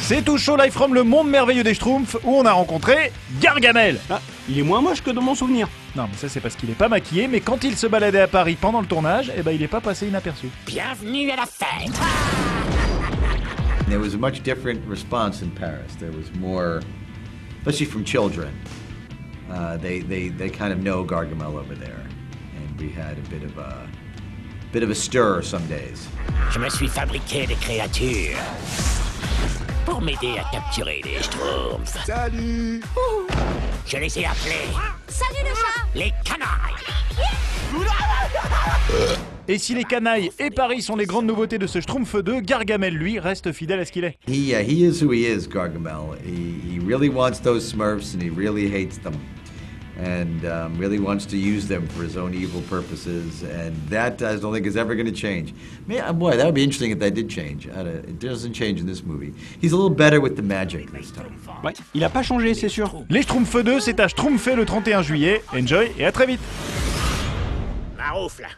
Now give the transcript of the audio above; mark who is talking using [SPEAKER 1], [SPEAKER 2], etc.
[SPEAKER 1] C'est tout chaud live from le monde merveilleux des Schtroumpfs où on a rencontré Gargamel.
[SPEAKER 2] Ah, il est moins moche que dans mon souvenir.
[SPEAKER 1] Non, mais ça c'est parce qu'il est pas maquillé, mais quand il se baladait à Paris pendant le tournage, eh ben il est pas passé inaperçu.
[SPEAKER 3] Bienvenue à la fête
[SPEAKER 4] There was a much different response in Paris. There was more, especially from children. Uh, they, they, they kind of know Gargamel over there, and we had a bit of a bit of a stir some days.
[SPEAKER 3] Je me suis fabriqué des créatures pour m'aider à capturer les schtroumpfs. Salut Je les ai appelés
[SPEAKER 5] Salut le chat
[SPEAKER 3] les canailles
[SPEAKER 1] Et si les canailles et Paris sont les grandes nouveautés de ce Schtroumpf 2, Gargamel lui reste fidèle à ce qu'il est.
[SPEAKER 4] He, uh, he is who he is, Gargamel. He, he really wants those Smurfs, and he really hates them, and um, really wants to use them for his own evil purposes. And that I don't think is ever going to change. Man, uh, boy, that would be interesting if that did change. I don't- It doesn't change in this movie. He's a little better with the magic this time.
[SPEAKER 2] Ouais, il a pas changé, c'est sûr.
[SPEAKER 1] Les Schtroumpfs 2, c'est à Schtroumpfer le 31 juillet. Enjoy et à très vite
[SPEAKER 3] Maroufle